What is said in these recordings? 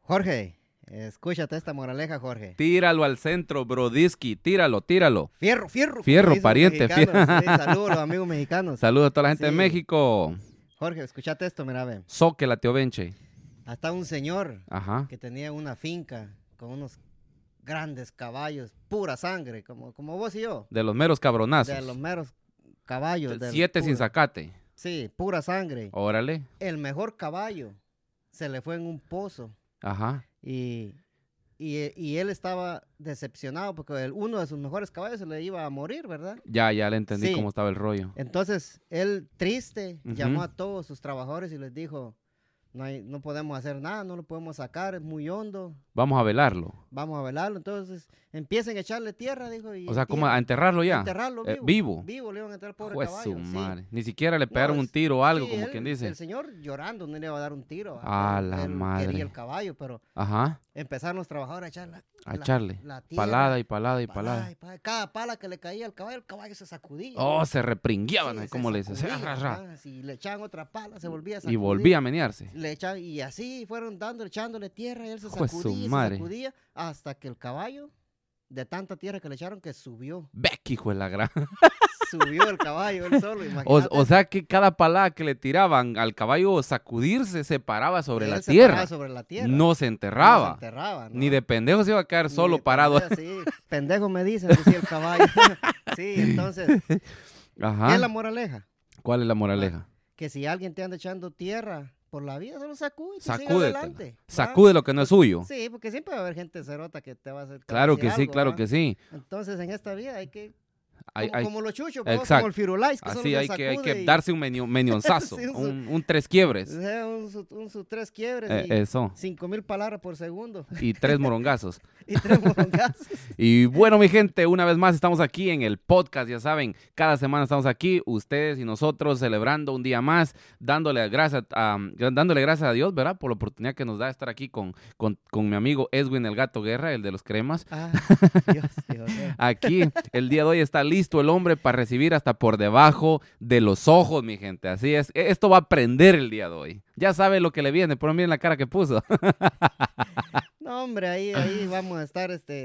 Jorge, escúchate esta moraleja, Jorge. Tíralo al centro, Brodiski. Tíralo, tíralo. Fierro, fierro. como Fierro, dicen los pariente, mexicanos. fierro. Sí, saludos a los amigos mexicanos. Saludos a toda la gente Sí. de México. Jorge, escúchate esto, mira, ve. Soque la tío Benche. Hasta un señor Ajá. que tenía una finca con unos grandes caballos, pura sangre, como, como vos y yo. De los meros cabronazos. De los meros caballos. del Ah, Siete sin Oh. puro- sacate. Sí, pura sangre. Órale. El mejor caballo se le fue en un pozo Ajá. y, y- y él estaba decepcionado porque el- uno de sus mejores caballos se le iba a morir, ¿verdad? Ya, ya le entendí Sí. cómo estaba el rollo. Entonces, él triste llamó Ujú. a todos sus trabajadores y les dijo, no, hay- no podemos hacer nada, no lo podemos sacar, es muy hondo, Vamos a velarlo. vamos a velarlo. Entonces, empiecen a echarle tierra, dijo. Y O sea, ¿cómo? tierra- A enterrarlo ya. enterrarlo Eh, vivo. vivo. le iban a entrar al pobre Jue caballo. su sí. madre. Ni siquiera le No, pegaron un es- tiro o algo, Sí, como él- quien dice. El señor llorando no le iba a dar un tiro. A Ah, la madre. Quería el caballo, pero Ajá. empezaron los trabajadores a echar la, A la- echarle. la tierra, Palada y palada y palada palada. y palada. Cada pala que le caía al caballo, el caballo se sacudía. Oh, se repringueaban, Sí, ahí, se como le dicen. se sacudía, agarra, ajá, sí, le echaban otra pala, se volvía a Y sacudir. volvía a menearse. Le echaban- y así fueron dando, echándole tierra y él se Hijo de su sacudía, y se madre. sacudía hasta que el caballo, de tanta tierra que le echaron, que subió. Beck, hijo de la gran. Subió el caballo él solo, O, imagínate. o sea que cada palada que le tiraban al caballo sacudirse se paraba sobre Él la se tierra. paraba sobre la tierra. No se No enterraba. se enterraba, Ni ¿no? de pendejo se iba a quedar Ni solo de parado. pendejo, sí. pendejo me dicen, decía el caballo. sí, entonces, ¿qué Ajá. es la ¿Ah? moraleja? ¿Cuál es la moraleja? Que si alguien te anda echando tierra por la vida, solo sacude, sigue adelante. Sacúdete. ¿va? Sacude lo que no es suyo. Sí, porque siempre va a haber gente cerota que te va a hacer te va a Claro decir que sí, algo, claro ¿va? que sí. Entonces, en esta vida hay que, Hay- como, hay- como los chuchos, pues, Exacto. como el firulais, que solo así se hay que, hay sacude que y- darse un menio- menionzazo, Sí, un su- un, un tres quiebres. eh, un, su- un su tres quiebres Eh, y eso. cinco mil palabras por segundo Y tres morongazos. y tres morongazos. Y bueno, mi gente, una vez más estamos aquí en el podcast, ya saben, cada semana estamos aquí, ustedes y nosotros celebrando un día más, dándole gracias, a- am, dándole gracias a Dios, ¿verdad? Por la oportunidad que nos da estar aquí con, con, con mi amigo Edwin el Gato Guerra, el de los cremas. Ah, Dios, Dios, Dios. Aquí, el día de hoy está listo el hombre para recibir hasta por debajo de los ojos, mi gente. Así es, e- esto va a prender el día de hoy. Ya sabe lo que le viene, pero miren la cara que puso. No, hombre, ahí, ahí vamos a estar, este,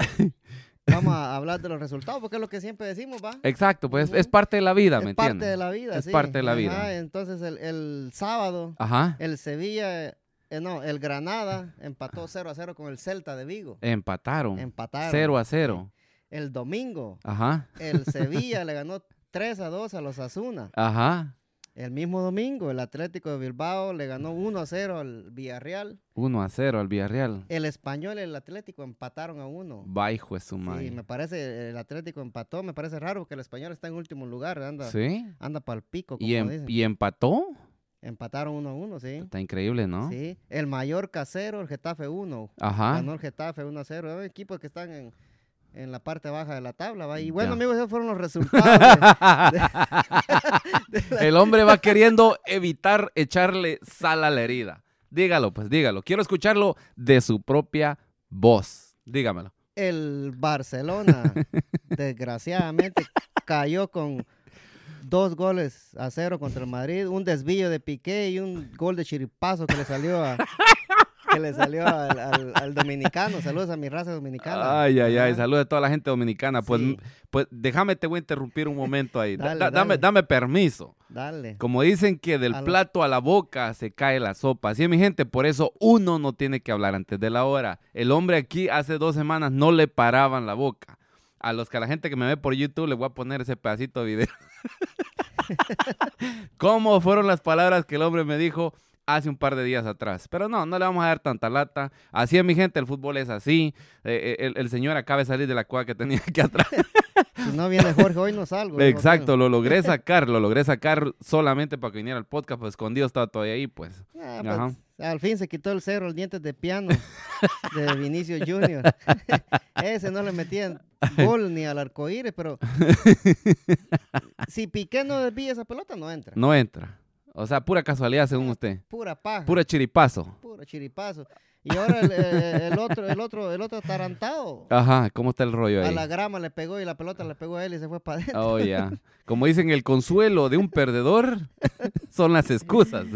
vamos a hablar de los resultados, porque es lo que siempre decimos, ¿va? Exacto, pues es- Ujú. es parte de la vida, ¿me es parte entiendes? de la vida, Es sí. parte de la Ajá, vida. entonces el, el sábado, Ajá. el Sevilla, eh, no, el Granada empató 0 a 0 con el Celta de Vigo. Empataron. Empataron. 0 a 0. El domingo, Ajá. el Sevilla le ganó 3 a 2 a los Asuna. Ajá. El mismo domingo, el Atlético de Bilbao le ganó 1 a 0 al Villarreal. 1 a 0 al Villarreal. El Español y el Atlético empataron a 1. Va, hijo de su Sí, me madre. parece, el Atlético empató, me parece raro que el español está en último lugar, anda, Sí. anda pa'l pico, como ¿Y, em- dicen. y empató. Empataron 1-1, sí. Está increíble, ¿no? Ah. Sí, el Mallorca 0, el Getafe 1. Ajá. Ganó el Getafe 1 0. Hay equipos que están en, en la parte baja de la tabla. ¿va? Y bueno, Ya. amigos, esos fueron los resultados. El hombre va queriendo evitar echarle sal a la herida. Dígalo, pues dígalo. Quiero escucharlo de su propia voz. Dígamelo. el Barcelona, desgraciadamente, cayó con dos goles a cero contra el Madrid, un desvío de Piqué y un gol de chiripazo que le salió a- que le salió al, al- al dominicano. Saludos a mi raza dominicana. Ay, ay, ay. Ajá. Saludos a toda la gente dominicana. Pues, Sí. pues déjame, te voy a interrumpir un momento ahí. Da- Dale, da- dame, dale. dame permiso. Dale. Como dicen que del A la- plato a la boca se cae la sopa. Así es, mi gente, por eso uno no tiene que hablar antes de la hora. El hombre aquí hace dos semanas no le paraban la boca. A los que a la gente que me ve por YouTube les voy a poner ese pedacito de video. ¿Cómo fueron las palabras que el hombre me dijo hace un par de días atrás? Pero no, no le vamos a dar tanta lata. Así es, mi gente, el fútbol es así. Eh, eh, el, el señor acaba de salir de la cueva que tenía aquí atrás. Si no viene Jorge, hoy no salgo. dijo Exacto, lo logré sacar, lo logré sacar solamente para que viniera al podcast, pues escondido estaba todavía ahí, pues. aquel. Ah, pues, Ajá. al fin se quitó el cero, el dientes de piano de Vinicius Junior. Ese no le metían gol ni al arcoíris, pero si Piqué no desvía esa pelota, no entra. No entra. O sea, pura casualidad según usted. Pura paja. Pura chiripazo. puro chiripazo. Y ahora el, eh, el otro, el otro, el otro atarantado. Ajá, ¿cómo está el rollo A ahí? la grama le pegó y la pelota le pegó a él y se fue para adentro. Oh, ya. Como dicen, el consuelo de un perdedor son las excusas.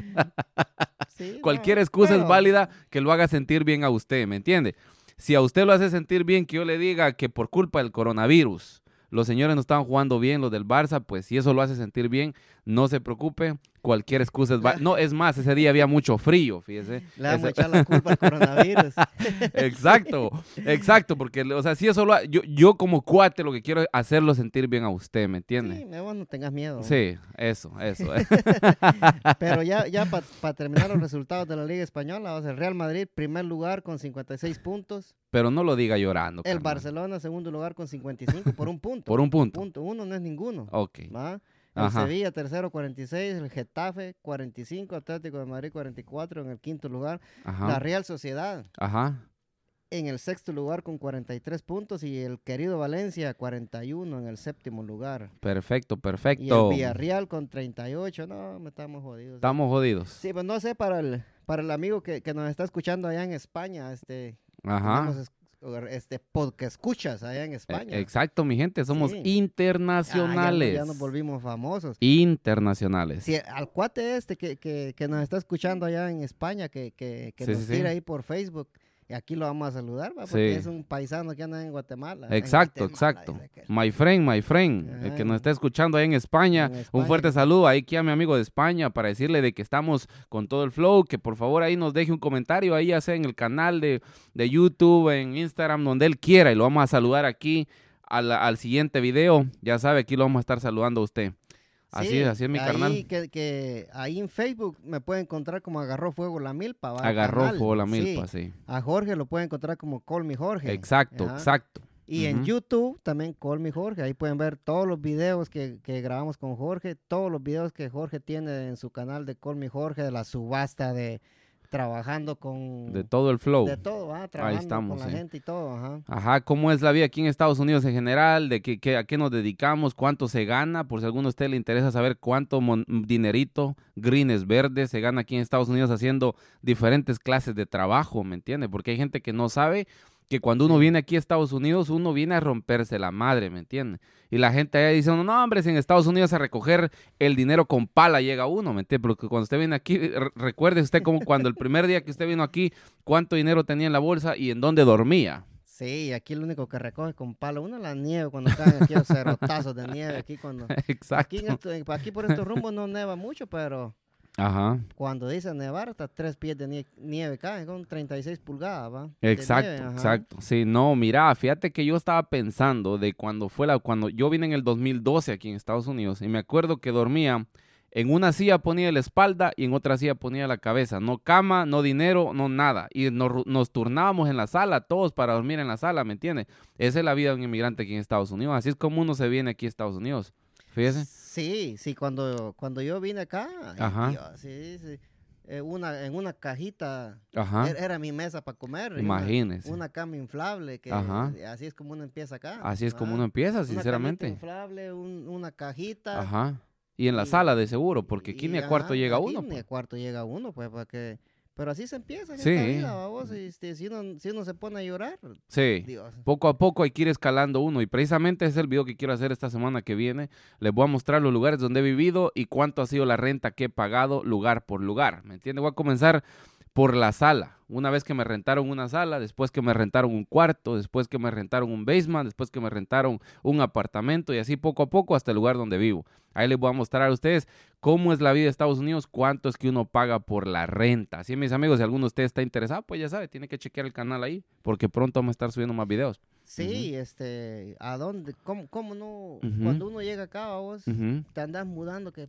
Sí, Cualquier no, excusa es pero- válida que lo haga sentir bien a usted, ¿me entiende? Si a usted lo hace sentir bien que yo le diga que por culpa del coronavirus los señores no estaban jugando bien, los del Barça, pues si eso lo hace sentir bien, no se preocupe, cualquier excusa es válida. No, es más, ese día había mucho frío, fíjese. Le vamos a Ese- echar la culpa al coronavirus. Exacto, exacto, porque, o sea, si eso lo ha- yo, yo como cuate lo que quiero es hacerlo sentir bien a usted, ¿me Sí, entiende? me- vos no tengas miedo. Sí, eso, eso. eh. Pero ya, ya para terminar los resultados de la Liga Española, o sea, el Real Madrid, primer lugar con 56 puntos. Pero no lo diga llorando. El carnal. Barcelona, segundo lugar con 55 por un punto. Oh, Por un punto. punto. Uno no es ninguno. Ok. ¿va? El Ajá. Sevilla, tercero, 46. El Getafe, 45. Atlético de Madrid, 44. En el quinto lugar. La Ajá. Real Sociedad, Ajá. en el sexto lugar con 43 puntos. Y el querido Valencia, 41 en el séptimo lugar. Perfecto, Y el perfecto. Villarreal con 38. No, me estamos jodidos. Estamos jodidos. Sí, pues no sé, para el, para el amigo que, que nos está escuchando allá en España, este, Ajá. Eh, tenemos es- o- este podcast escuchas allá en E- España. Exacto, mi gente. Somos Sí. Ah, ya no- internacionales. ya, nos volvimos famosos. Internacionales. Si al cuate este que, que, que nos está escuchando allá en España, que, que, que Sí, nos sí, sí. tira ahí por Facebook, y aquí lo vamos a saludar, ¿va? porque Sí. es un paisano que anda en Guatemala. en Exacto, Guatemala, exacto. dice que- My friend, my friend, el que Ay. nos está escuchando ahí en España, En un España. fuerte saludo ahí aquí a mi amigo de España para decirle de que estamos con todo el flow, que por favor ahí nos deje un comentario, ahí ya sea en el canal de, de YouTube, en Instagram, donde él quiera, y lo vamos a saludar aquí al, al siguiente video, ya sabe, aquí lo vamos a estar saludando a usted. Así Sí, es, así es mi ahí carnal. Que, que ahí en Facebook me puede encontrar como Agarró Fuego la Milpa. ¿va? Agarró Canal. fuego la Sí. milpa, sí. A Jorge lo pueden encontrar como Call Me Jorge. Exacto, Ajá. exacto. Y en Ujú. YouTube también Call Me Jorge. Ahí pueden ver todos los videos que, que grabamos con Jorge, todos los videos que Jorge tiene en su canal de Call Me Jorge, de la subasta de trabajando con... De todo el flow. Mm. de todo, ¿va? Trabajando estamos, con la sí. gente y todo, ajá. Ajá, ¿cómo es la vida aquí en Estados Unidos en general? ¿De qué, qué- a qué nos dedicamos? ¿Cuánto se gana? Por si a alguno de ustedes le interesa saber cuánto mon- dinerito, greens verdes, se gana aquí en Estados Unidos haciendo diferentes clases de trabajo, ¿me entiende? Porque hay gente que no sabe que cuando uno viene aquí a Estados Unidos, uno viene a romperse la madre, ¿me entiende? Y la gente allá dice, no, hombre, si en Estados Unidos a recoger el dinero con pala llega uno, ¿me entiende? Porque cuando usted viene aquí, re- recuerde usted como cuando el primer día que usted vino aquí, cuánto dinero tenía en la bolsa y en dónde dormía. Sí, aquí lo único que recoge con palo, uno la nieve cuando caen aquí los cerrotazos de nieve, aquí cuando... Aquí, Exacto. en esto- aquí por estos rumbos no neva mucho, pero Ajá. cuando dice nevar, hasta tres pies de nie- nieve caen, con 36 pulgadas, ¿va? De Exacto, nieve, ajá. exacto. Sí, no, mira, fíjate que yo estaba pensando de cuando fue la, cuando yo vine en el 2012 aquí en Estados Unidos y me acuerdo que dormía, en una silla ponía la espalda y en otra silla ponía la cabeza. No cama, no dinero, no nada. Y nos, ru- nos turnábamos en la sala, todos para dormir en la sala, ¿me entiendes? Esa es la vida de un inmigrante aquí en Estados Unidos. Así es como uno se viene aquí a Estados Unidos. Fíjese. Sí, sí, cuando, cuando yo vine acá, ay, Ajá. Dios, sí, sí, eh, una, en una cajita, er, Ajá. era, era mi mesa para comer. y una- Ah. Imagínese. Una, cama inflable, que Ajá. así es como uno empieza acá. Así es como ajá. uno empieza, Una camita sinceramente. inflable, un- una cajita. Ajá. Y en la Y- sala de seguro, porque aquí ni y, a cuarto ajá, llega aquí uno. Ni pues. a cuarto llega uno, pues, para que... Pero así se empieza en Sí. esta vida, babos, y, este, si, uno, si uno se pone a llorar, Sí. Dios. Poco a poco hay que ir escalando uno y precisamente ese es el video que quiero hacer esta semana que viene. Les voy a mostrar los lugares donde he vivido y cuánto ha sido la renta que he pagado lugar por lugar. ¿Me entiendes? Voy a comenzar por la sala. Una vez que me rentaron una sala, después que me rentaron un cuarto, después que me rentaron un basement, después que me rentaron un apartamento y así poco a poco hasta el lugar donde vivo. Ahí les voy a mostrar a ustedes cómo es la vida de Estados Unidos, cuánto es que uno paga por la renta. Así mis amigos, si alguno de ustedes está interesado, pues ya sabe, tiene que chequear el canal ahí porque pronto vamos a estar subiendo más videos. Sí, este, ¿a dónde? ¿Cómo, cómo no? Ujú. Cuando uno llega acá, babos, Ujú, te andas mudando que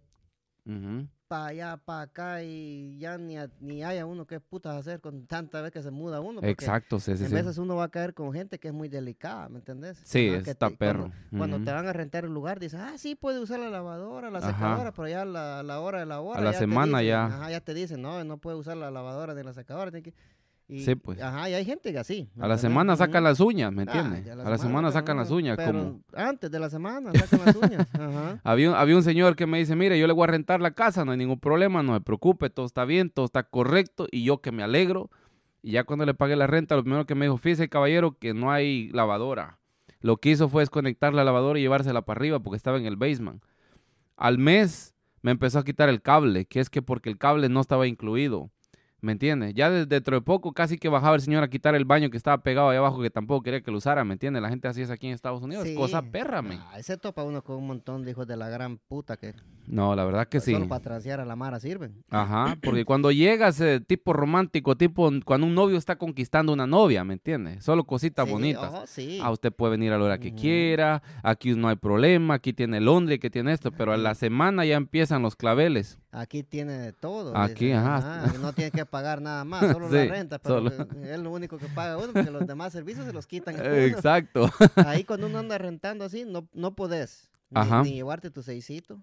ujú. para allá, para acá y ya ni, a- ni haya uno qué putas hacer con tanta vez que se muda uno. porque Exacto, sí, sí, en sí. veces uno va a caer con gente que es muy delicada, ¿me entendés? Sí, Ajá, que está te- perro. Cuando, cuando te Ujú. van a rentar el lugar, dices, ah, sí, puede usar la lavadora, la Ajá. secadora, pero ya a la, la hora de la hora. la ya te semana dicen, ya. Ajá, ya te dicen, no, no puede usar la lavadora ni la secadora. tiene que-". Y- Sí, pues. Ajá, y hay gente que así. ¿me A la entendés? semana sacan Ujú. las uñas, ¿me Ah, entiendes? ya a la semana sacan las uñas, pero como... Antes de la semana sacan las uñas. Ajá. Había un, había un señor que me dice, mire, yo le voy a rentar la casa, no hay ningún problema, no se preocupe, todo está bien, todo está correcto, y yo que me alegro. Y ya cuando le pagué la renta, lo primero que me dijo, fíjese, caballero, que no hay lavadora. Lo que hizo fue desconectar la lavadora y llevársela para arriba porque estaba en el basement. Al mes me empezó a quitar el cable, que es que porque el cable no estaba incluido. ¿Me entiendes? Ya desde dentro de poco casi que bajaba el señor a quitar el baño que estaba pegado ahí abajo que tampoco quería que lo usara, ¿me entiendes? La gente así es aquí en Estados Unidos, es cosa Sí. perra, men. Ah, ahí se topa uno con un montón de hijos de la gran puta que No, la verdad que sí. solo para trasear a la mara sirven. Ajá, porque cuando llegas eh, tipo romántico, tipo cuando un novio está conquistando una novia, ¿me entiendes? Solo cositas Sí, bonitas. ojo, sí. Ah, usted puede venir a la hora que Ujú. quiera, aquí no hay problema, aquí tiene Londres, que tiene esto, pero a la semana ya empiezan los claveles. Aquí tiene de todo. Aquí, dice. ajá. Ajá, No tiene que pagar nada más, solo Sí, la renta. Pero solo. que es lo único que paga uno, porque los demás servicios se los quitan. a uno. Exacto. Ahí cuando uno anda rentando así, no, no podés ni, Ajá. ni llevarte tu seisito,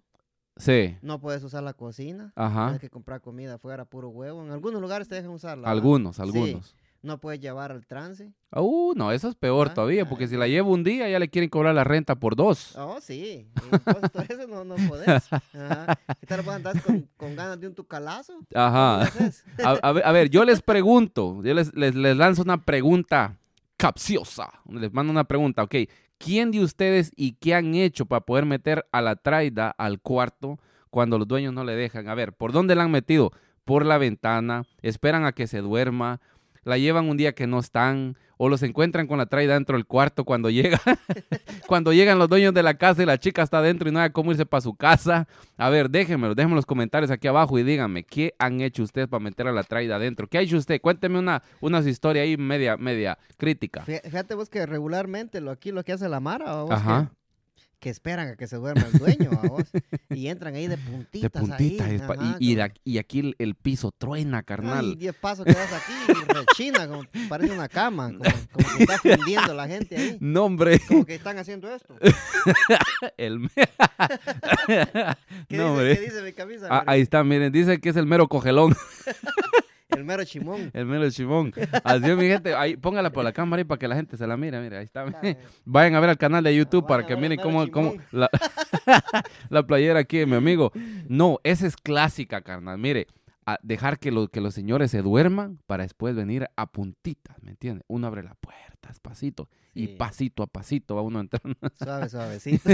Sí, no puedes usar la cocina. ajá. Tienes que comprar comida afuera, puro huevo. En algunos lugares te dejan usarla. ¿va? Algunos, Sí. algunos. No puedes llevar al trance. Ah, Uh, no, eso es peor Ah, todavía, ah, porque si ya. la llevo un día ya le quieren cobrar la renta por dos. Oh, sí. Entonces, todo eso no, no podés. Ajá. ¿Qué tal vos andás con, con ganas de un tucalazo? ¿Cómo Ajá. lo haces? A, a ver, a ver, yo les pregunto, yo les, les- les lanzo una pregunta capciosa. Les mando una pregunta, ok. ¿Quién de ustedes y qué han hecho para poder meter a la traida al cuarto cuando los dueños no le dejan? A ver, ¿por dónde la han metido? Por la ventana, esperan a que se duerma, la llevan un día que no están, o los encuentran con la traida dentro del cuarto cuando llega, cuando llegan los dueños de la casa y la chica está dentro y no hay cómo irse para su casa. A ver, déjenmelo, déjenme los comentarios aquí abajo y díganme qué han hecho ustedes para meter a la traida adentro. ¿Qué ha hecho usted? Cuénteme una, una su historia ahí media, media crítica. Fí- Fíjate vos que regularmente lo aquí lo que hace la Mara, ¿va vos, Ajá. Que, que esperan a que se duerma el dueño, ¿va vos, y entran ahí de De puntitas. puntita. ahí, es pa- y- ajá, y, como- de aquí- y aquí el, el piso truena, Ay, carnal. diez pasos que das aquí y rechina, como parece una cama, como, como que está fundiendo la gente ahí. No, hombre. Como que están haciendo esto. El... me- ¿Qué, no, dice, hombre. qué dice mi camisa? Ah, ahí está, miren, dice que es el mero cogelón, El mero chimón. el mero chimón. Así es, mi gente, ahí, póngala por la cámara ahí para que la gente se la mire, mira, ahí está. miren. Vayan a ver al canal de YouTube Ah, para vayan que a ver miren al cómo, mero cómo chimón. la, la playera aquí de mi amigo. No, esa es clásica, carnal. Mire, a dejar que, lo- que los señores se duerman para después venir a puntitas, ¿me entiendes? Uno abre la puerta, despacito, y Sí. pasito a pasito va uno entrando. Suave, suavecito.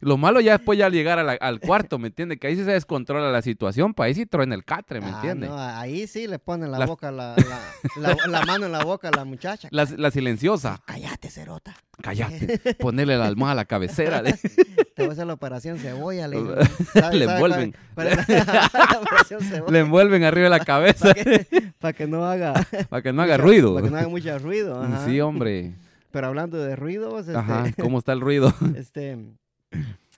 Lo malo ya después ya al llegar a la- al cuarto, ¿me entiendes? Que ahí sí se descontrola la situación, para ahí sí en el catre, ¿me Ah, entiendes? no, ahí sí le ponen la, Las- boca, la, la- la- la mano en la boca a la muchacha. La, la silenciosa, Cállate, cerota. cállate, ponerle la almohada a la cabecera. de- Te voy a hacer la operación cebolla. Le, dicen. ¿Sabe- Le sabe cuál- envuelven. cuál es la, la operación cebolla. le envuelven arriba de la cabeza Para que, pa' que no haga, para que no haga mucha- ruido. Para que no haga mucho ruido. ajá. Sí, hombre. Pero hablando de ruidos, este, Ajá, ¿cómo está el ruido? este,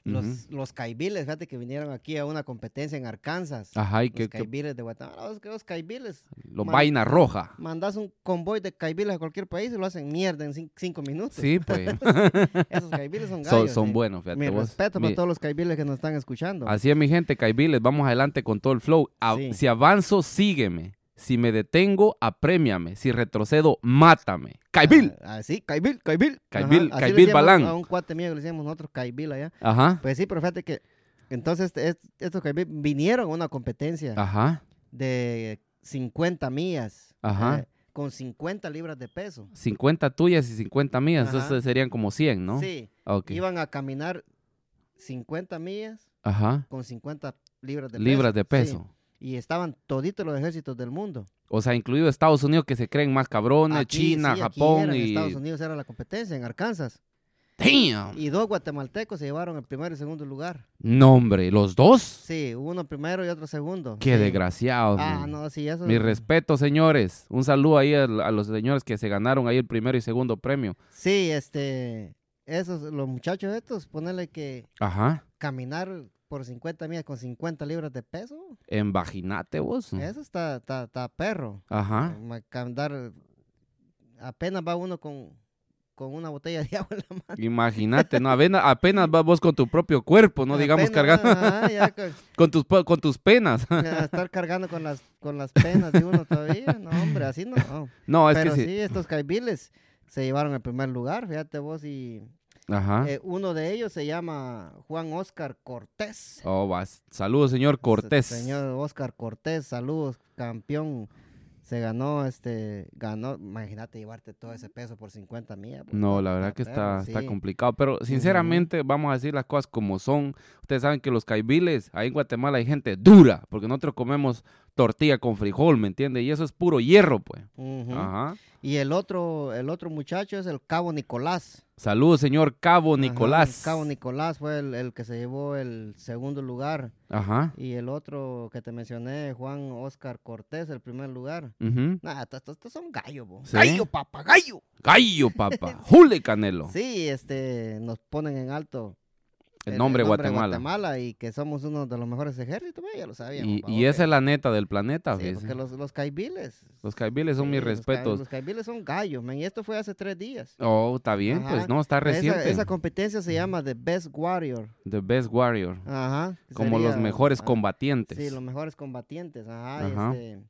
los, Ujú. los caibiles, fíjate que vinieron aquí a una competencia en Arkansas. Ajá, y los que, que caibiles de Guatemala, los, los caibiles. lo man- vaina roja. Mandas un convoy de caibiles a cualquier país y lo hacen mierda en cin- cinco minutos. Sí, pues. Esos caibiles son son, gallos. eh. son sí. buenos, fíjate Mi vos. respeto Mi- para todos los caibiles que nos están escuchando. Así es, mi gente, Caibiles, vamos adelante con todo el flow. A- Sí. Si avanzo, sígueme. Si me detengo, apremiame. Si retrocedo, mátame. Caibil. Ah, ah, sí, Caibil, Caibil. Ajá, Caibil, así le Caibil decíamos Balán. A un cuate mío que le decíamos nosotros Caibil allá. Ajá, Pues sí, pero fíjate que entonces este- est- estos Caibil vinieron a una competencia ajá, de 50 millas. Ajá. eh, con 50 libras de peso. 50 tuyas y 50 mías, Ajá. entonces serían como 100, ¿no? Sí, Ok. iban a caminar 50 millas Ajá. con 50 libras de peso. Libras de sí, peso. y estaban toditos los ejércitos del mundo. O sea, incluido Estados Unidos que se creen más cabrones, Aquí, China, sí, aquí Japón era, en y Estados Unidos era la competencia, en Arkansas. Damn. Y dos guatemaltecos se llevaron el primero y segundo lugar. No, hombre, los dos. Sí, uno primero y otro segundo. Qué sí. desgraciado. Ah, no, sí, eso. Mi respeto, señores. Un saludo ahí al- a, los señores que se ganaron ahí el primero y segundo premio. Sí, este. Esos, los muchachos estos, ponerle que Ajá. caminar por 50 millas con 50 libras de peso, Embajinate vos. eso está, está, está perro. Ajá. Ma- Caminar. Apenas va uno con, con una botella de agua en la mano. Imagínate, no, apenas, apenas vas vos con tu propio cuerpo, no digamos Apenas, cargando ajá, ya con- con tus po- con tus penas. a estar cargando con las, con las penas de uno todavía. No, hombre, así no. no. No, es Pero que sí. sí. estos caibiles se llevaron el primer lugar, fíjate vos, y Ajá. eh, uno de ellos se llama Juan Oscar Cortés. Oh, vas. Saludos, señor Cortés. Se- Señor Oscar Cortés, saludos, campeón. Se ganó, este, ganó, imagínate llevarte todo ese peso por 50 millas. pues, No, está- la verdad que perro, está, está sí. complicado, pero sinceramente vamos a decir las cosas como son. Ustedes saben que los caibiles, ahí en Guatemala hay gente dura, porque nosotros comemos tortilla con frijol, ¿me entiendes? Y eso es puro hierro, pues. Ujú. Ajá. Y el otro, el otro muchacho es el Cabo Nicolás. Saludos, señor Cabo Ajá, Nicolás. el Cabo Nicolás fue el, el que se llevó el segundo lugar. Ajá. Y el otro que te mencioné, Juan Oscar Cortés, el primer lugar. Ujú. Nada, estos son gallos, bo. Sí. Gallo, papá, gallo. Gallo, papá. Jule Canelo. Sí, este, nos ponen en alto el nombre de Guatemala. Guatemala y que somos uno de los mejores ejércitos, ve, ya lo sabíamos. Y, pa, y hombre. esa es la neta del planeta, Sí, fíjese. porque los, los caibiles. Los caibiles son sí, mis los ca- respetos. Los caibiles son gallos, man, y esto fue hace tres días. Oh, está bien, Ajá. pues no, está Esa- reciente. Esa, competencia se llama The Best Warrior. The Best Warrior. Ajá. que Como los Ah, sería- mejores ah, combatientes. Sí, los mejores combatientes. Ajá. y Ajá. este,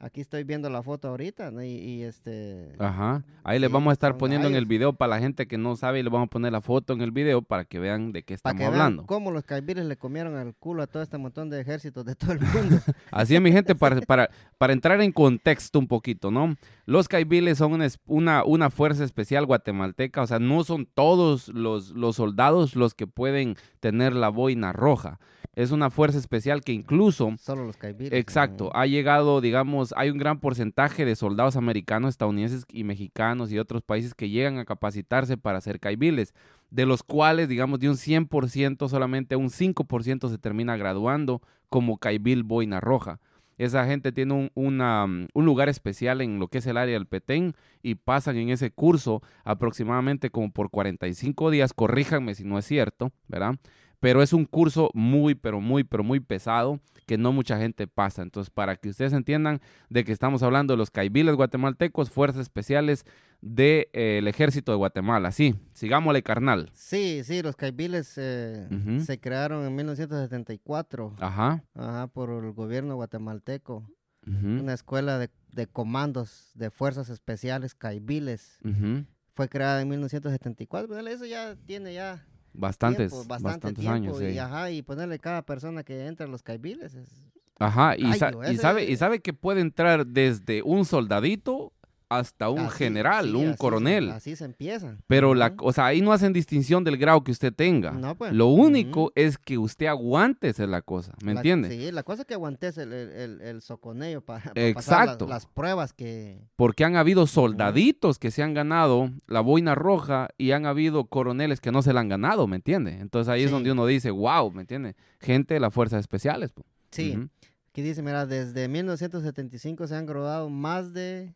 aquí estoy viendo la foto ahorita ¿no? y, y, Ah, este. Ajá. Ahí les Sí, vamos a estar son poniendo en el gallos. video para la gente que no sabe y les vamos a poner la foto en el video para que vean de Para qué estamos que vean hablando. cómo los caibiles le comieron el culo a todo este montón de ejércitos de todo el mundo. Así es, mi gente, para, para, para entrar en contexto un poquito, ¿no? Los caibiles son una, es- una, una fuerza especial guatemalteca, o sea, no son todos los, los soldados los que pueden tener la boina roja. Es una fuerza especial que incluso Solo los caibiles. Exacto, ajá. ha llegado, digamos, hay un gran porcentaje de soldados americanos, estadounidenses y mexicanos y de otros países que llegan a capacitarse para ser caibiles, de los cuales, digamos, de un 100%, solamente un 5% se termina graduando como caibil boina roja. Esa gente tiene un, una, mm, un lugar especial en lo que es el área del Petén y pasan en ese curso aproximadamente como por 45 días, corríjanme si no es cierto, ¿verdad? Pero es un curso muy, pero muy, pero muy pesado que no mucha gente pasa. Entonces, para que ustedes entiendan de que estamos hablando de los caibiles guatemaltecos, fuerzas especiales del de, eh, el ejército de Guatemala. Sí, sigámosle, carnal. Sí, sí, los caibiles eh, Ujú. se crearon en 1974 Ajá. ajá, por el gobierno guatemalteco. ujú, Una escuela de, de comandos de fuerzas especiales caibiles. ujú. Fue creada en 1974. Ponele, Eso ya tiene ya Bastantes, tiempo, bastante bastantes tiempo, años. Y, sí. ajá, y ponerle cada persona que entra a los caibiles. es- Ajá, y, sa- Gallo, y ese- sabe, y sabe que puede entrar desde un soldadito hasta un así, general, sí, un así se- coronel. así se empieza. Pero, la, Ajá. o sea, ahí no hacen distinción del grado que usted tenga. No, pues. Lo Ujú. único es que usted aguante, esa es la cosa. ¿Me La- entiende? Sí, la cosa es que aguantes el, el, el- el soconeo para, Exacto. pasar las, las pruebas que... porque han habido soldaditos que se han ganado la boina roja y han habido coroneles que no se la han ganado, ¿me entiendes? Entonces ahí es Sí. donde uno dice, wow, ¿me entiendes? Gente de las fuerzas especiales. po. Sí, Ujú. aquí dice, mira, desde 1975 se han graduado más de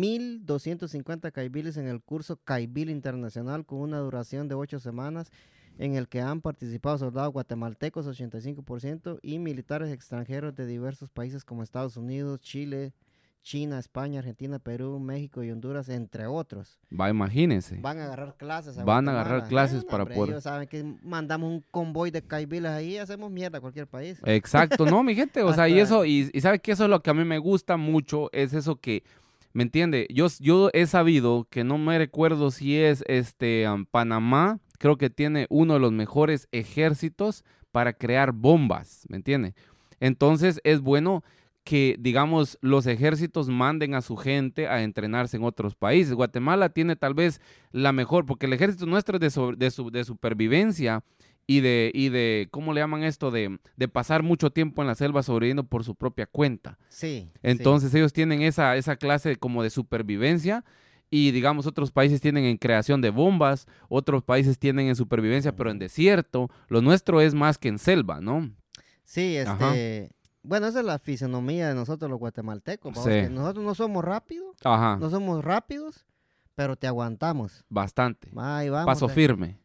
1.250 caibiles en el curso Caibil Internacional con una duración de ocho semanas en el que han participado soldados guatemaltecos 85% y militares extranjeros de diversos países como Estados Unidos, Chile, China, España, Argentina, Perú, México y Honduras, entre otros. Va, imagínense. Van a agarrar clases. a Van a agarrar Guatemala. clases no, para hombre, poder- Ellos saben que mandamos un convoy de caibiles ahí y hacemos mierda a cualquier país. Eh, Exacto, no, mi gente, o sea, y Hasta- eso, y, y sabe que eso es lo que a mí me gusta mucho, es eso que, ¿me entiende? Yo, yo he sabido que no me recuerdo si es este am, Panamá, creo que tiene uno de los mejores ejércitos para crear bombas, ¿me entiende? Entonces es bueno que, digamos, los ejércitos manden a su gente a entrenarse en otros países. Guatemala tiene tal vez la mejor, porque el ejército nuestro es de, sobre- de su- de supervivencia y de, y de, ¿cómo le llaman esto? De, de pasar mucho tiempo en la selva sobreviviendo por su propia cuenta. Sí. sí. Entonces ellos tienen esa, esa clase como de supervivencia y digamos otros países tienen en creación de bombas, otros países tienen en supervivencia pero en desierto, lo nuestro es más que en selva, ¿no? Sí, este. Ajá. Bueno, esa es la fisonomía de nosotros los guatemaltecos. vamos, Sí. Ah. que nosotros no somos rápidos, Ajá, no somos rápidos, pero te aguantamos. bastante. Ahí vamos. Paso de- firme,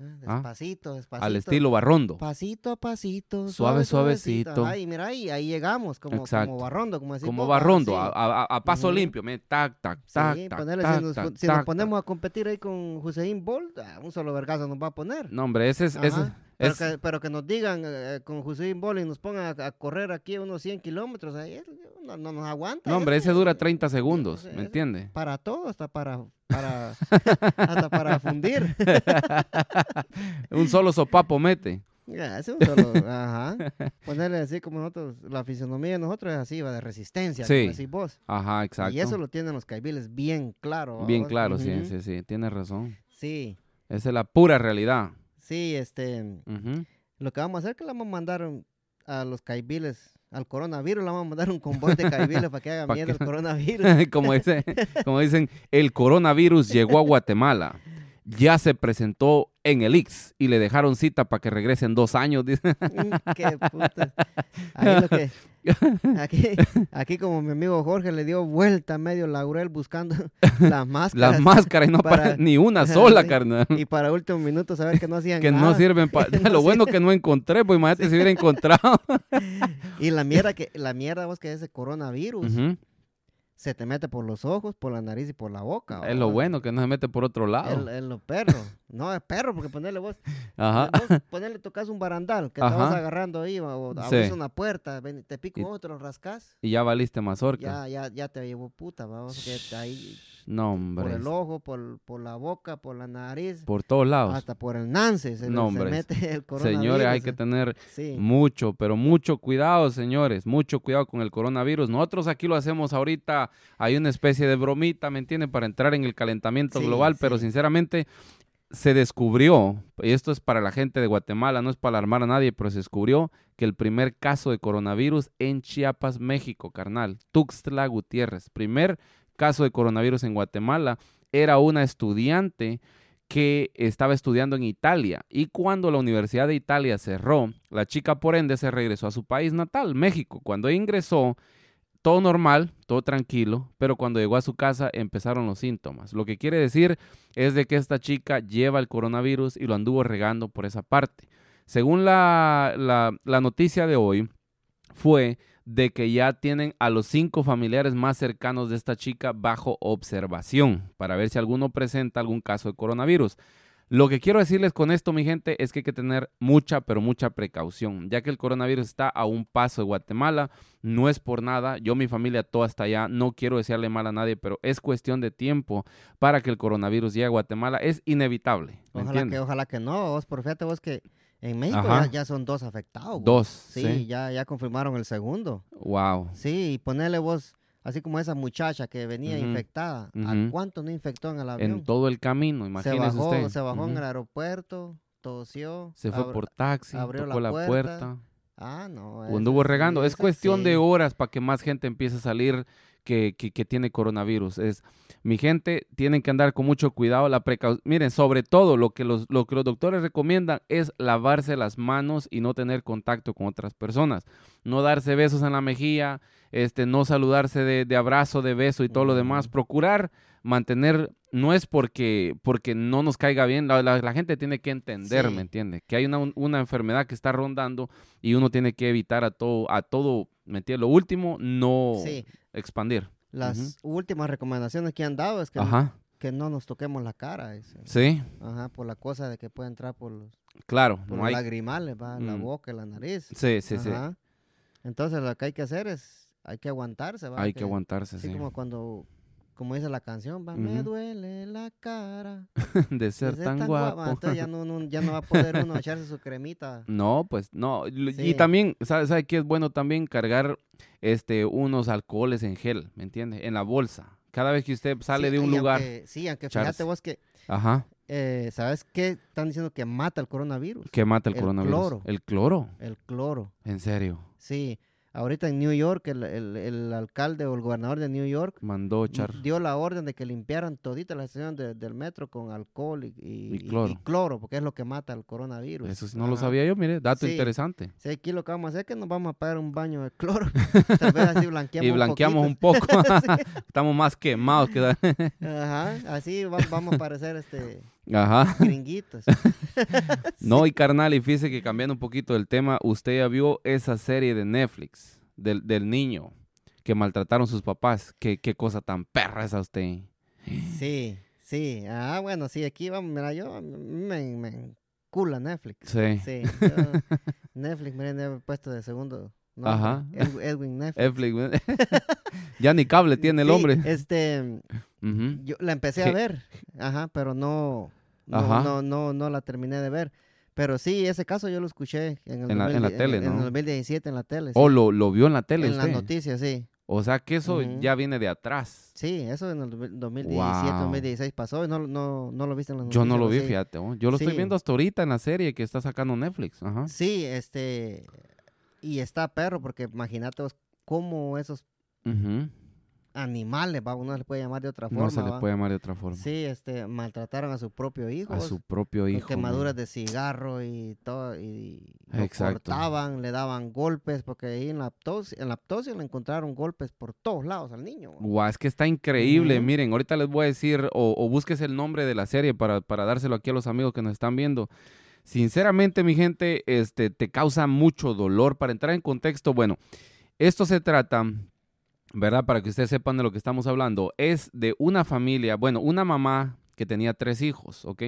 ah, ah, Despacito, despacito. al estilo barrondo. Pasito a pasito. Suave, Suave, suavecito. Ay, mira, ahí, ahí llegamos, como, Exacto. como barrondo, como decimos. Como barrondo, a, a- a- a paso Ujú. limpio, me, tac, tac, Sí, tac, tac, ponele, tac, si nos, tac, pon- si tac, nos tac. ponemos a competir ahí con Hussein Bolt, ah, un solo vergazo nos va a poner. No, hombre, ese es... ese Ajá. Pero, es- que, pero que nos digan eh, con Hussein Bolt y nos pongan a, a correr aquí unos 100 kilómetros, ahí es- no, no nos aguanta. No, hombre, ese, ese dura eh, 30 segundos, ese- ¿me ese- entiende? Para todo, hasta para, para, hasta para fundir. Un solo sopapo mete. Ya, ese es un solo- ajá. Ponerle así como nosotros, la fisonomía de nosotros es así, va de resistencia, como Sí. decís vos. Ajá, exacto. Y eso lo tienen los caibiles bien claro. Bien ¿va? claro, sí, Ujú. sí, sí, tienes razón. Sí, Esa es la pura realidad. sí, este... Ujú. Lo que vamos a hacer es que le vamos a mandar un- a los caibiles Al coronavirus le vamos a mandar un convoy de caibiles para que haga Pa' miedo el que- coronavirus. como, dice, como dicen, el coronavirus llegó a Guatemala. Ya se presentó en el Ix y le dejaron cita para que regrese en dos años. dice. Mm, Qué puta. Ahí lo que- aquí, aquí como mi amigo Jorge le dio vuelta a medio laurel buscando las máscaras. Las máscaras y no para- aparecen ni una sola, Sí. carnal. Y para último minuto saber que no hacían Que no nada. sirven para... Que no Lo bueno que no encontré, pues imagínate si hubiera encontrado. Y la mierda que la mierda vos que ese coronavirus Ujú. se te mete por los ojos, por la nariz y por la boca. Es lo ¿va? bueno que no se mete por otro En, lado. en los perros. No, es perro, porque ponerle vos, Ajá. vos ponerle tocas un barandal que te vas Ah. Ajá. agarrando ahí, va, o abres Sí. una puerta, ven, te pica Y- un ojo, te lo rascas, Y ya valiste mazorca. ya, ya, ya te llevó puta, vamos, que te- ahí No, por hombre. el ojo, por, por la boca, por la nariz, Por todos lados. hasta por el nance se, le- No, se hombre. mete el coronavirus. Señores, hay que eh. tener Sí. Mucho, pero mucho cuidado, señores. Mucho cuidado con el coronavirus. Nosotros aquí lo hacemos ahorita. Hay una especie de bromita, ¿me entienden? Para entrar en el calentamiento Sí, global, pero sí. sinceramente se descubrió, y esto es para la gente de Guatemala, no es para alarmar a nadie, pero se descubrió que el primer caso de coronavirus en Chiapas, México, carnal. Tuxtla Gutiérrez. Primer caso de coronavirus en Guatemala era una estudiante que estaba estudiando en Italia y cuando la Universidad de Italia cerró, la chica por ende se regresó a su país natal, México. Cuando ingresó, todo normal, todo tranquilo, pero cuando llegó a su casa empezaron los síntomas. Lo que quiere decir es de que esta chica lleva el coronavirus y lo anduvo regando por esa parte. Según la, la- la noticia de hoy, fue de que ya tienen a los cinco familiares más cercanos de esta chica bajo observación para ver si alguno presenta algún caso de coronavirus. Lo que quiero decirles con esto, mi gente, es que hay que tener mucha, pero mucha precaución, ya que el coronavirus está a un paso de Guatemala, no es por nada, yo, mi familia, toda está allá, no quiero desearle mal a nadie, pero es cuestión de tiempo para que el coronavirus llegue a Guatemala, es inevitable. ¿me Ojalá entiendes? que, ojalá que no, vos, por fíjate vos que en México Ajá. ya, ya son dos afectados. vos. Dos. Sí, Ya, ya confirmaron el segundo. Wow. Sí, y ponele vos, así como esa muchacha que venía Ujú, infectada, ujú. ¿a cuánto no infectó en el avión? En todo el camino, se imagínese bajó, usted. se bajó en Ujú. el aeropuerto, tosió. Se fue abr- por taxi, abrió tocó la la puerta, puerta, Ah, no. o esa anduvo sí, regando. Es esa cuestión de sí. horas para que más gente empiece a salir que, que- que tiene coronavirus. Es, mi gente, tienen que andar con mucho cuidado. La precau- Miren, sobre todo lo que, los, lo que los doctores recomiendan es lavarse las manos y no tener contacto con otras personas. No darse besos en la mejilla, este, no saludarse de, de abrazo, de beso y todo lo demás. Ujú. Procurar mantener, no es porque, porque no nos caiga bien, la, la- la gente tiene que entender, Sí. ¿me entiende? Que hay una, un- una enfermedad que está rondando y uno tiene que evitar a todo, a todo, ¿me entiendes? Lo último, no Sí, expandir. las últimas recomendaciones que han dado es que, Ajá, que no nos toquemos la cara. es- sí, Ajá, por la cosa de que puede entrar por los, claro, por no los hay... lagrimales, va, la Mm. boca, la nariz. Sí, sí, sí, Ajá. Entonces lo que hay que hacer es, hay que aguantarse, ¿va? hay que aguantarse, Así sí. como cuando, como dice la canción, va, me Ujú. duele la cara. De de ser tan guapo. Ah, Entonces ya no, no- ya no va a poder uno echarse su cremita. No, pues no. Lo- Y Sí. también, ¿sabes sabe qué es bueno también? Cargar este, unos alcoholes en gel, ¿me entiendes? En la bolsa. Cada vez que usted sale Sí, de un y lugar. aunque- sí, aunque echarse. fíjate vos que, Ajá. eh, ¿sabes qué? Están diciendo que mata el coronavirus. ¿Qué mata el, El coronavirus? cloro. El cloro. El cloro, En serio. sí. Ahorita en New York, el, el- el alcalde o el gobernador de New York Mandó echar. dio la orden de que limpiaran todita la estación de- del metro con alcohol y, y- Y cloro. porque es lo que mata el coronavirus. Eso sí no lo Ajá. sabía yo, mire. Dato Sí. interesante. Sí, aquí lo que vamos a hacer es que nos vamos a pagar un baño de cloro. Tal vez así blanqueamos y blanqueamos un poquito. poco. Estamos más quemados que. la- Ajá, así va- vamos a parecer este, Ajá. gringuitos. No, y carnal, y fíjese que cambiando un poquito del tema, usted ya vio esa serie de Netflix del, del niño que maltrataron sus papás. Qué, qué cosa tan perra es a usted. Sí, sí. Ah, bueno, sí, aquí vamos. Mira, yo me, me encula Netflix. Sí. Sí, yo- Netflix, miren, he puesto de segundo. nombre, Ajá. Ed- Edwin Netflix. Netflix, güey. ya ni cable tiene el Sí, hombre. Este, Ujú. yo la empecé a Je- ver, ajá, pero no, no, Ajá. no, no, no la terminé de ver. Pero sí, ese caso yo lo escuché en, el En la- en la 2010 tele, en el ¿no? 2017 en la tele. sí. O lo, lo vio en la tele. en las usted. noticias, sí. O sea que eso Ujú. ya viene de atrás. Sí, eso en el 2017, Wow. 2016 pasó y no, no, no lo viste en las Yo noticias. no lo vi, sí. fíjate. oh. Yo lo estoy Sí. viendo hasta ahorita en la serie que está sacando Netflix. Ajá. Sí, este. Y está perro, porque imagínate vos cómo esos Ujú. animales, va, uno se le puede llamar de otra forma. no se le va. puede llamar de otra forma. Sí, este, maltrataron a su propio hijo. a vos, su propio con hijo. quemaduras man. de cigarro y todo, y lo Exacto. cortaban, le daban golpes, porque ahí en la autopsia, en la autopsia le encontraron golpes por todos lados al niño. vos. Guau, es que está increíble. Ujú. Miren, ahorita les voy a decir, o, o busques el nombre de la serie para, para dárselo aquí a los amigos que nos están viendo. Sinceramente, mi gente, este, te causa mucho dolor. Para entrar en contexto, bueno, esto se trata, ¿verdad? Para que ustedes sepan de lo que estamos hablando, es de una familia, bueno, una mamá que tenía tres hijos, ¿ok?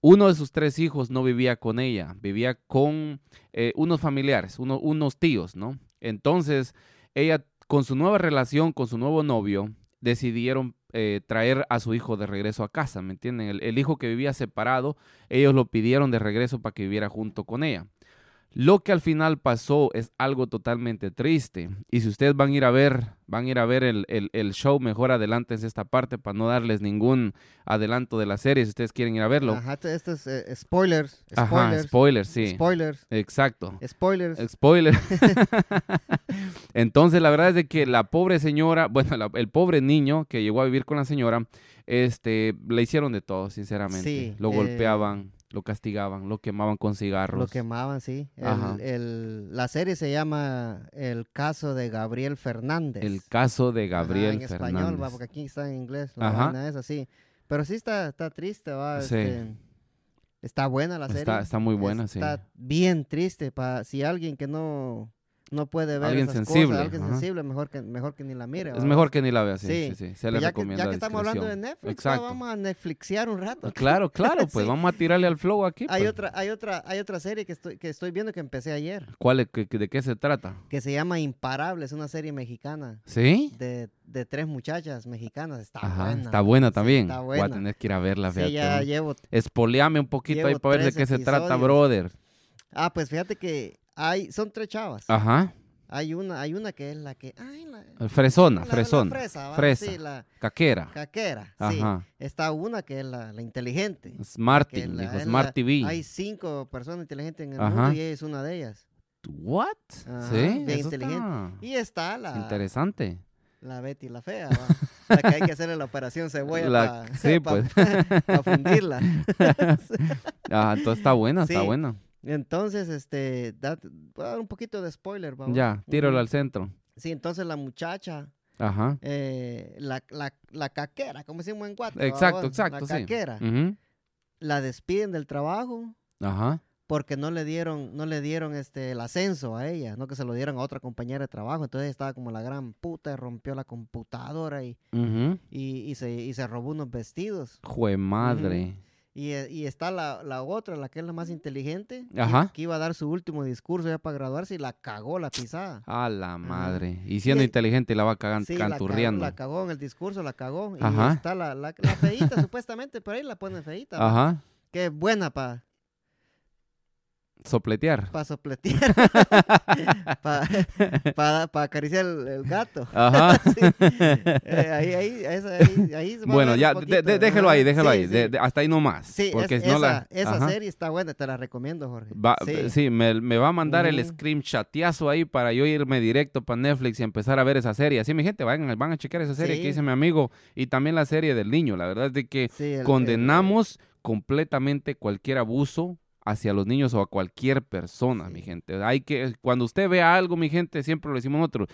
Uno de sus tres hijos no vivía con ella, vivía con eh, unos familiares, uno- unos tíos, ¿no? Entonces, ella con su nueva relación, con su nuevo novio, decidieron eh, traer a su hijo de regreso a casa, ¿me entienden? El, el hijo que vivía separado, ellos lo pidieron de regreso para que viviera junto con ella. Lo que al final pasó es algo totalmente triste. Y si ustedes van a ir a ver, van a ir a ver el, el- el show, mejor adelante es esta parte para no darles ningún adelanto de la serie, si ustedes quieren ir a verlo. Ajá, este, este es eh, spoilers, Ajá, spoilers, spoilers, sí. spoilers, Exacto. spoilers. Spoiler. Entonces, la verdad es de que la pobre señora, bueno, la- el pobre niño que llegó a vivir con la señora, este, le hicieron de todo, sinceramente. Sí, lo eh, golpeaban, lo castigaban, lo quemaban con cigarros. Lo quemaban, sí. El- Ajá. el- la serie se llama El caso de Gabriel Fernández. El caso de Ajá, Gabriel en español, Fernández. va, porque aquí está en inglés. La Ajá. vaina es así. Pero sí está, está triste, va. Sí. este, está buena la serie. está, está muy buena, sí. Está bien triste. Para, si alguien que no, no puede ver Alguien esas cosas, sensible, alguien ajá. sensible, mejor que, mejor que ni la mire. Es va. mejor que ni la veas, sí, sí, Sí, sí, Pues Se le ya, que, recomienda ya que estamos hablando de discreción. Netflix, va, Exacto. vamos a Netflixear un rato. Claro, claro, pues Sí. vamos a tirarle al flow aquí. Hay pues. otra, hay otra, hay otra serie que estoy, que estoy viendo que empecé ayer, ¿Cuál es- que- que- ¿De qué se trata? que se llama Imparable, es una serie mexicana ¿Sí? de, de tres muchachas mexicanas. Está Ajá, buena. está buena sí, también. está Voy a buena. tener que ir a verla, Sí, fíjate. ya ¿no? llevo. Espoleame un poquito ahí Llevo para ver de tres qué se trata, episodios. brother. Ah, pues fíjate que hay, son tres chavas. Ajá. Hay una, hay una que es la que, ay, la, Ah. Fresona, la- la fresona. fresa, ¿va? fresa. sí, la Caquera. caquera, sí. Ajá. Está una que es la, la inteligente. que Smarting, la- dijo. es la- Smart TV. Hay cinco personas inteligentes en el Ajá. mundo y ella es una de ellas. ¿What? Ajá, Ah, sí. bien eso inteligente. está Y está la, Interesante. La Betty la fea, va. la que hay que hacerle la operación cebolla La- para sí, pues. fundirla. Ah, entonces está buena, está Sí. buena. Entonces, este, da- voy a dar un poquito de spoiler, vamos. Ya, tíralo Ujú. al centro. Sí, entonces la muchacha, Ajá. eh, la, la, la caquera, como decimos en Guatemala. Exacto, exacto, La sí. Mm. caquera, Ujú. la despiden del trabajo Ajá. porque no le dieron, no le dieron este el ascenso a ella, no que se lo dieron a otra compañera de trabajo. Entonces estaba como la gran puta, y rompió la computadora y, Ujú. y, y se, y se robó unos vestidos. Jue madre. Y, eh, y está la, la otra, la que es la más inteligente, que- Ajá. que iba a dar su último discurso ya para graduarse y la cagó la pisada. A la madre. Y siendo Y- inteligente la va cagan- Sí, la cagó, canturreando. la cagó en el discurso, la cagó. Y Ajá. está la, la, la feíta, supuestamente, pero ahí la ponen feíta. ¿va? Ajá. Que es buena para Sopletear. pa sopletear, para pa, pa acariciar el, el gato. Ajá. Sí. Eh, ahí, ahí, esa- ahí, ahí se va a Bueno, ver un ya, poquito, de- de- déjelo ahí, ajá. déjelo Sí, ahí. sí. de- de- hasta ahí nomás. Sí, es- porque si esa, no la. esa Ajá. serie está buena, te la recomiendo, Jorge. Va- eh, sí, me, me va a mandar el Ujú. screenshoteazo ahí para yo irme directo para Netflix y empezar a ver esa serie. Así, mi gente, vayan, van a checar esa serie que Sí. dice mi amigo y también la serie del niño. La verdad es de que sí, el- el- condenamos completamente cualquier abuso hacia los niños o a cualquier persona, mi Sí. gente. Hay que, cuando usted vea algo, mi gente, siempre lo decimos nosotros.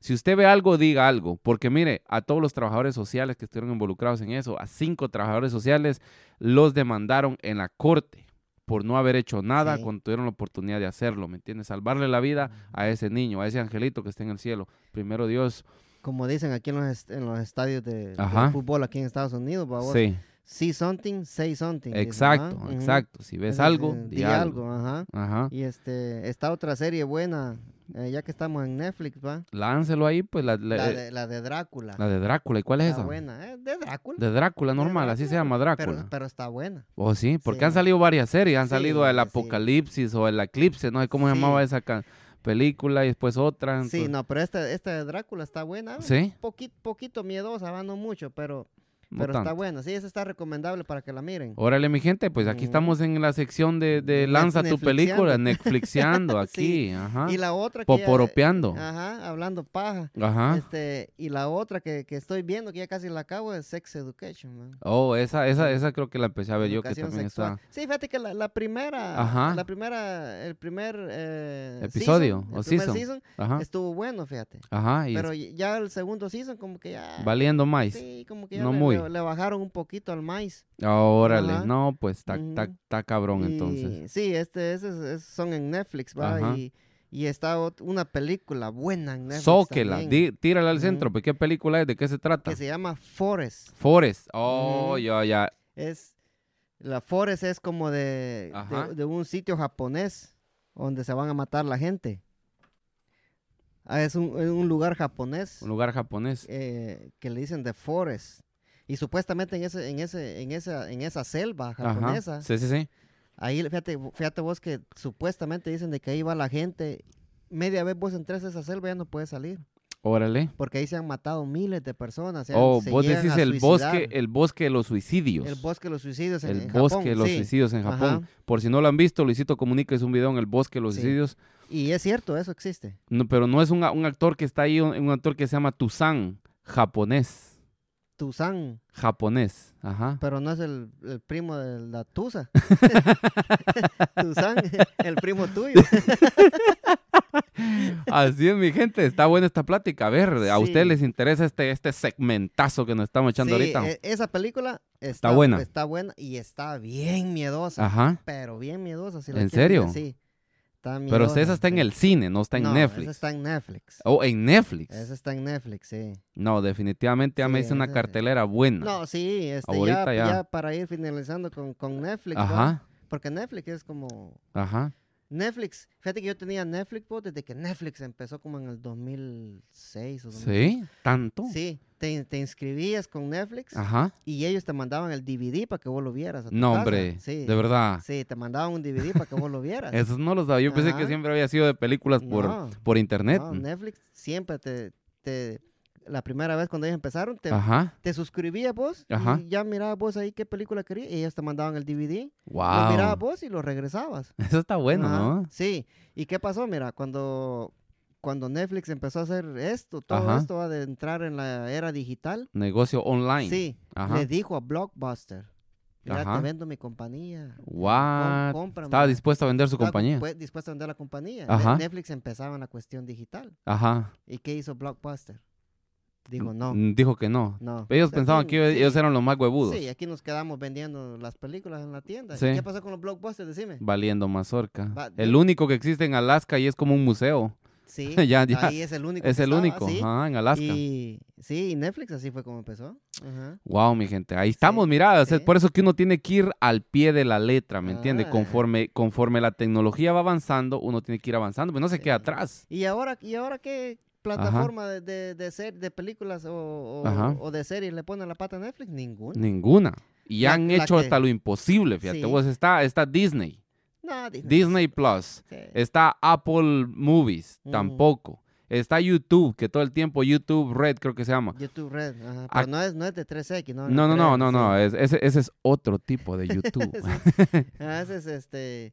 Si usted ve algo, diga algo, porque mire, a todos los trabajadores sociales que estuvieron involucrados en eso, a cinco trabajadores sociales, los demandaron en la corte por no haber hecho nada Sí. cuando tuvieron la oportunidad de hacerlo, ¿me entiendes? Salvarle la vida a ese niño, a ese angelito que está en el cielo. Primero Dios. como dicen aquí en los, est- en los estadios de, de Ajá. fútbol aquí en Estados Unidos, babos. Sí, See something, say something. dicen, exacto, ¿ah? Ujú. exacto. Si ves Entonces, algo, eh, di, di algo. algo, ajá. Ajá. Y este, está otra serie buena, eh, ya que estamos en Netflix, ¿va? Láncelo ahí, pues la, la- La eh, de, la de Drácula. la de Drácula. ¿Y cuál es está esa? buena, eh, de Drácula. De Drácula De normal, así se Drácula, pero, llama Drácula. pero está buena. Oh, sí, porque han Sí. salido varias series. Han salido El Sí, sí. Apocalipsis o El Eclipse, no sé cómo se Sí. llamaba esa ca- película y después otra. Sí, entonces- no, pero esta, esta de Drácula está buena. ¿Sí? Poquito, poquito miedosa, va, no mucho, pero no Pero está tanto. buena, sí, esa está recomendable para que la miren. Órale, mi gente, pues aquí Mm. estamos en la sección de, de Net- Lanza tu Netflixiando. película, Netflixiando, aquí, Sí. ajá. Y la otra que ya- ah, Poporopeando. Ajá, hablando paja. Ajá. Este, y la otra que, que estoy viendo, que ya casi la acabo, es Sex Education, man. Oh, esa, esa, esa creo que la empecé a ver yo que Educación también sexual. está. Sí, fíjate que la, la primera, Ajá. la primera, el primer eh, Episodio, season, o el primer season. season Ajá. estuvo bueno, fíjate. Ajá. Y Pero ya el segundo season como que ya, valiendo más. sí, como que ya no le, muy. le- le bajaron un poquito al maíz. Órale. Ajá. No, pues está, Ujú. está, está cabrón Y- entonces. Sí, este, esos esos son en Netflix, ¿va? Ajá. Y, y está ot- una película buena en Netflix Zóquela, también, di- tírala al Ujú. centro, pues qué película es, de qué se trata. que se llama Forest. Forest. Oh, Ujú. ya, ya. Es, la Forest es como de, Ajá. de, de un sitio japonés donde se van a matar la gente. Ah, es un, es un lugar japonés Un lugar japonés. eh, que le dicen The Forest. Y supuestamente en ese, en ese, en esa, en esa selva Ajá. japonesa, Sí, sí, sí. ahí fíjate, fíjate vos que supuestamente dicen de que ahí va la gente. Media vez vos entres a esa selva ya no puedes salir. Órale. Porque ahí se han matado miles de personas. se han- Oh, se vos llegan decís a el suicidar. bosque, el bosque de los suicidios. El bosque de los suicidios en, El en Japón. bosque de los sí. suicidios en Japón. Ajá. Por si no lo han visto, Luisito Comunica es un video en el bosque de los Sí. suicidios. Y es cierto, eso existe. No, pero no es un, a- un actor que está ahí, un, un actor que se llama Tuzan, japonés. Tuzán, Japonés, ajá. pero no es el, el primo de la Tusa. Tuzán, el primo tuyo. Así es, mi gente, está buena esta plática. A ver, a Sí. ustedes les interesa este, este segmentazo que nos estamos echando Sí, ahorita. e- esa película está, buena. Está buena y está bien miedosa. ajá. Pero bien miedosa. Si la ¿En quieren ver, serio? sí. Está Pero miedosa, esa está en sí. el cine, no está en No, Netflix. Esa está en Netflix. Oh, en Netflix. Esa está en Netflix, sí. No, definitivamente ya me Sí, hice una esa- cartelera buena. No, sí, este, ya, Ahorita ya. ya para ir finalizando con, con Netflix. ¿va? ajá, Porque Netflix es como ajá. Netflix, fíjate que yo tenía Netflix pues, desde que Netflix empezó como en el 2006 o 2007. Sí, tanto. Sí, te, te inscribías con Netflix Ajá. y ellos te mandaban el DVD para que vos lo vieras. a tu Ah. No, casa. hombre, Sí, de verdad. sí, te mandaban un DVD para que vos lo vieras. Eso no lo sabía. Yo pensé que Ajá. siempre había sido de películas por, No, por internet. no, Netflix siempre te, te- La primera vez cuando ellos empezaron, te, Ajá. te suscribías vos Ajá. y ya mirabas vos ahí qué película querías y ellos te mandaban el DVD. Lo mirabas Wow. vos y lo regresabas. Eso está bueno, Ajá, ¿no? Sí. ¿Y qué pasó? Mira, cuando, cuando Netflix empezó a hacer esto, todo Ajá. esto va de entrar en la era digital, Negocio online. sí, Ajá. le dijo a Blockbuster, mira, Ajá. te vendo mi compañía. What? cómprame. Estaba dispuesto a vender su Estaba compañía. compu- dispuesto a vender la compañía. Ne- Ajá. Netflix empezaba en la cuestión digital. Ajá. ¿Y qué hizo Blockbuster? Dijo, no, Mm, Dijo que no. no. Ellos Aquí- pensaban que ellos sí, eran los más huevudos. Sí, aquí nos quedamos vendiendo las películas en la tienda. ¿Y Sí. ¿Qué pasó con los Blockbusters? Decime. Valiendo mazorca. Va- El único que existe en Alaska y es como un museo. Sí, Ya, ya. ahí es el único. Es que el estaba, único. sí. Ajá, en Alaska. Y sí, y Netflix así fue como empezó. Ajá. Wow, mi gente, ahí estamos, Sí, mira, o sea, sí. por eso que uno tiene que ir al pie de la letra, ¿me entiendes? Ah. Conforme, conforme la tecnología va avanzando, uno tiene que ir avanzando, pues no se queda Sí. atrás. ¿Y ahora, y ahora qué plataforma de, de, de ser- de películas o, o- Ajá. o de series le ponen la pata a Netflix? Ninguna. Ninguna. Y La- han la hecho que- hasta lo imposible, fíjate. Sí. Vos está, está Disney, No, Disney. Disney Plus, Sí. está Apple Movies, Ujú. tampoco. Está YouTube, que todo el tiempo YouTube Red creo que se llama. YouTube Red. Ajá. Ah. Pero no es, no es de 3X, ¿no? No, no, no, creo, no, sí. no, es- ese, ese es otro tipo de YouTube. Ah, ese es este.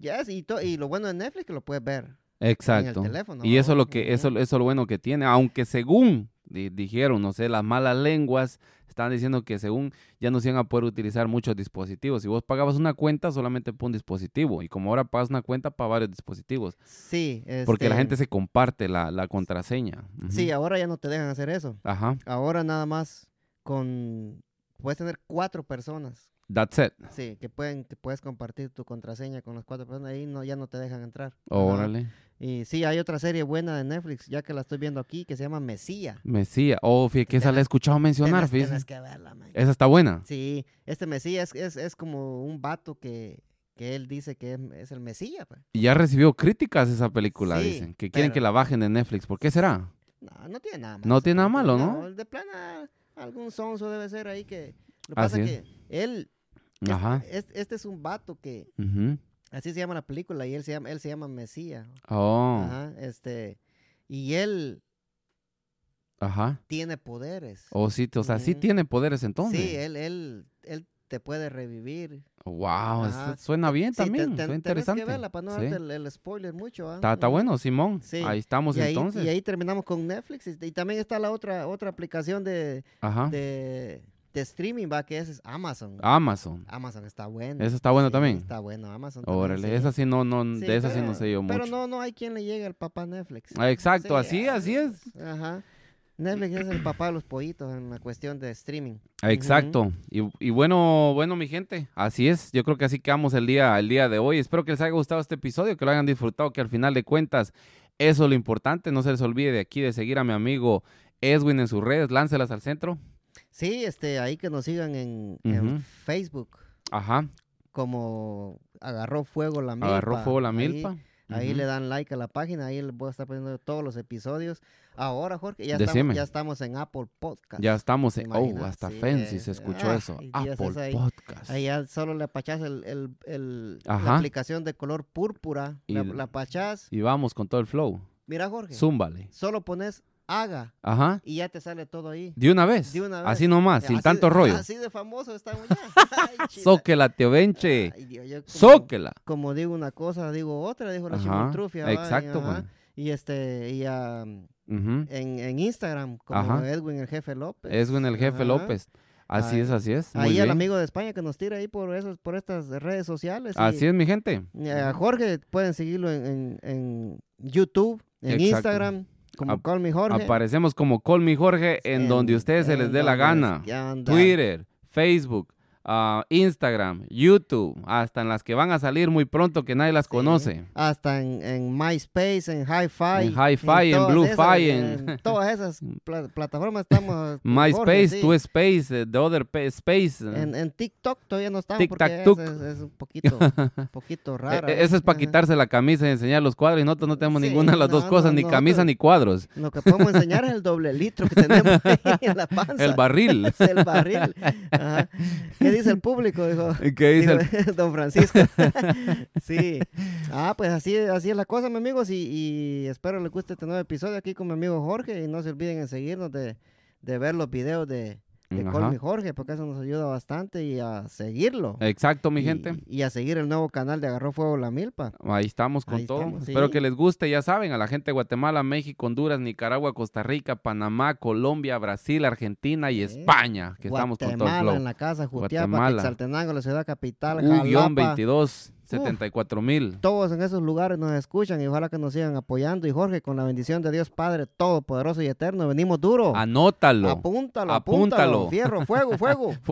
yes, y, to- y lo bueno de Netflix que lo puedes ver. Exacto. teléfono, y eso es ¿verdad? lo que Ujú. eso, eso es lo bueno que tiene, aunque según di- dijeron, no sé, las malas lenguas están diciendo que según ya no se iban a poder utilizar muchos dispositivos. Si vos pagabas una cuenta solamente por un dispositivo y como ahora pagas una cuenta para varios dispositivos, Sí. porque la este, gente se comparte la, la contraseña. Ujú. Sí, ahora ya no te dejan hacer eso. Ajá. Ahora nada más con. Puedes tener cuatro personas That's it. Sí, que pueden, que puedes compartir tu contraseña con las cuatro personas ahí no, ya no te dejan entrar. Ajá. Órale. Y sí, hay otra serie buena de Netflix, ya que la estoy viendo aquí, que se llama Mesía. Mesía. Oh, fíjate que esa la he Tenés- escuchado mencionar, Tenés- fíjese. tenés que verla, man. Esa está buena. Sí, este Mesía es, es, es como un vato que, que él dice que es, es el Mesía. pues. Y ya recibió críticas esa película, Sí, dicen, que quieren pero- que la bajen de Netflix. ¿Por qué será? No, no tiene nada malo. No tiene nada malo, tiene ¿no? De plana, algún sonso debe ser ahí que... Lo que Así pasa es que él... es- Ajá. es- este es un vato que... Ujú. Así se llama la película y él se llama, él se llama Mesía. Oh. Ajá, este, y él, Ajá. tiene poderes. O sí, o sea, sí Ujú. tiene poderes entonces. sí, eh. él, él, él te puede revivir. Wow, esto Ajá. suena bien Sí, te- también. te- suena tenés interesante. que verla para no Sí. darte el, el spoiler mucho. ¿ah? Está, está Ujú. bueno, Simón. Sí. Ahí estamos y ahí, entonces. y ahí terminamos con Netflix. este, Y, y también está la otra, otra aplicación de, Ajá. de, de streaming, va, que esa es Amazon. Amazon. Amazon está bueno. Ah. Esa está bueno también. Está bueno, Amazon. también, Órale, sí. esa sí no, no, Sí, de esa sí no pero- sé yo mucho. Pero no, no hay quien le llegue al papá Netflix. Ah, Exacto, Sí, eh, así, así es. Ajá. Netflix es el papá de los pollitos en la cuestión de streaming. Ah, Exacto. y, y bueno, bueno, mi gente, así es. Yo creo que así quedamos el día, el día de hoy. Espero que les haya gustado este episodio, que lo hayan disfrutado, que al final de cuentas, eso es lo importante. No se les olvide de aquí de seguir a mi amigo Edwin en sus redes, láncelas al centro. Sí, este, ahí que nos sigan en, en Ujú. Facebook, Ajá. como agarró fuego la milpa. Agarró fuego la Ahí- milpa. Ahí, Ujú. le dan like a la página, ahí les voy a estar poniendo todos los episodios. Ahora, Jorge, ya, Decime. estamos, ya estamos en Apple Podcast. Ya estamos. en- Oh, Imagina, hasta sí, Fancy es- se escuchó ah, eso. y Dios, Apple es ahí- Podcast. Ahí ya solo le apachás el, el- el- Ajá. la aplicación de color púrpura, Y la, l- la apachás. Y vamos con todo el flow. Mira, Jorge, Zúmbale. solo pones haga Ajá. y ya te sale todo ahí. De una vez. De una Así vez. nomás, Ah, sin Así tanto de- Ah, rollo. Así de famoso estamos ya. Ay, chila. Zóquela, teobenche. Ay, Dios, yo como- Zóquela. como digo una cosa, digo otra, dijo la Ajá, chimitrufia. va, y exacto, ajá. güey. Y este, y ah, Ujú. en, en Instagram, como Ajá. Edwin el jefe López. Edwin el jefe Eh, pues, Ajá. López. Así Ahí- es, así es. Muy Ahí al bien. amigo de España que nos tira ahí por esos, por estas redes sociales. y- Así es, mi gente. y a Jorge pueden seguirlo en, en- en YouTube, en Exacto. Instagram, como Ap- Call Me Jorge. Aparecemos como Call Me Jorge en donde ustedes se en les dé la donde gana. se- anda. Twitter, Facebook, ah, Instagram, YouTube, hasta en las que van a salir muy pronto que nadie las Sí. conoce. Hasta en, en MySpace, en Hi-Fi. En Hi-Fi, en todas Blue esas- Fi, en- todas esas pla- plataformas estamos. con Pues, Jorge, MySpace, sí. Two Space, The Other Pa- Space. Eh, En, en TikTok todavía no estamos Tic, porque tac, es, tuc. es- es un poquito, un poquito Eh, raro. eh, Eso es para quitarse la camisa y enseñar los cuadros. Y nosotros no tenemos Sí, ninguna de las dos no, cosas, no, ni camisa nosotros- ni cuadros. Lo que podemos enseñar es el doble litro que tenemos ahí en la panza. El barril. Es el barril. Ajá. ¿Qué dice el público? Dijo, ¿Qué dice el- dijo don Francisco. sí. Ah, pues así, así es la cosa, mis amigos. Y, y espero les guste este nuevo episodio aquí con mi amigo Jorge. Y no se olviden en seguirnos de, de ver los videos de, de Call Mm, Ajá. Me Jorge, porque eso nos ayuda bastante y a seguirlo. Exacto, mi y, gente. Y a seguir el nuevo canal de Agarró Fuego la Milpa. Ahí estamos con Ahí todo. estamos, Espero sí. que les guste, ya saben, a la gente de Guatemala, México, Honduras, Nicaragua, Costa Rica, Panamá, Colombia, Brasil, Argentina y Sí. España, que estamos con todo el Guatemala en flow. la casa, Jutiapa, Guatemala. Quetzaltenango, la ciudad capital, U-22, Jalapa. 74 mil. Todos en esos lugares nos escuchan y ojalá que nos sigan apoyando. Y Jorge, con la bendición de Dios Padre Todopoderoso y Eterno, venimos duro. Anótalo. Apúntalo, apúntalo. Apúntalo. Fierro, fuego, fuego.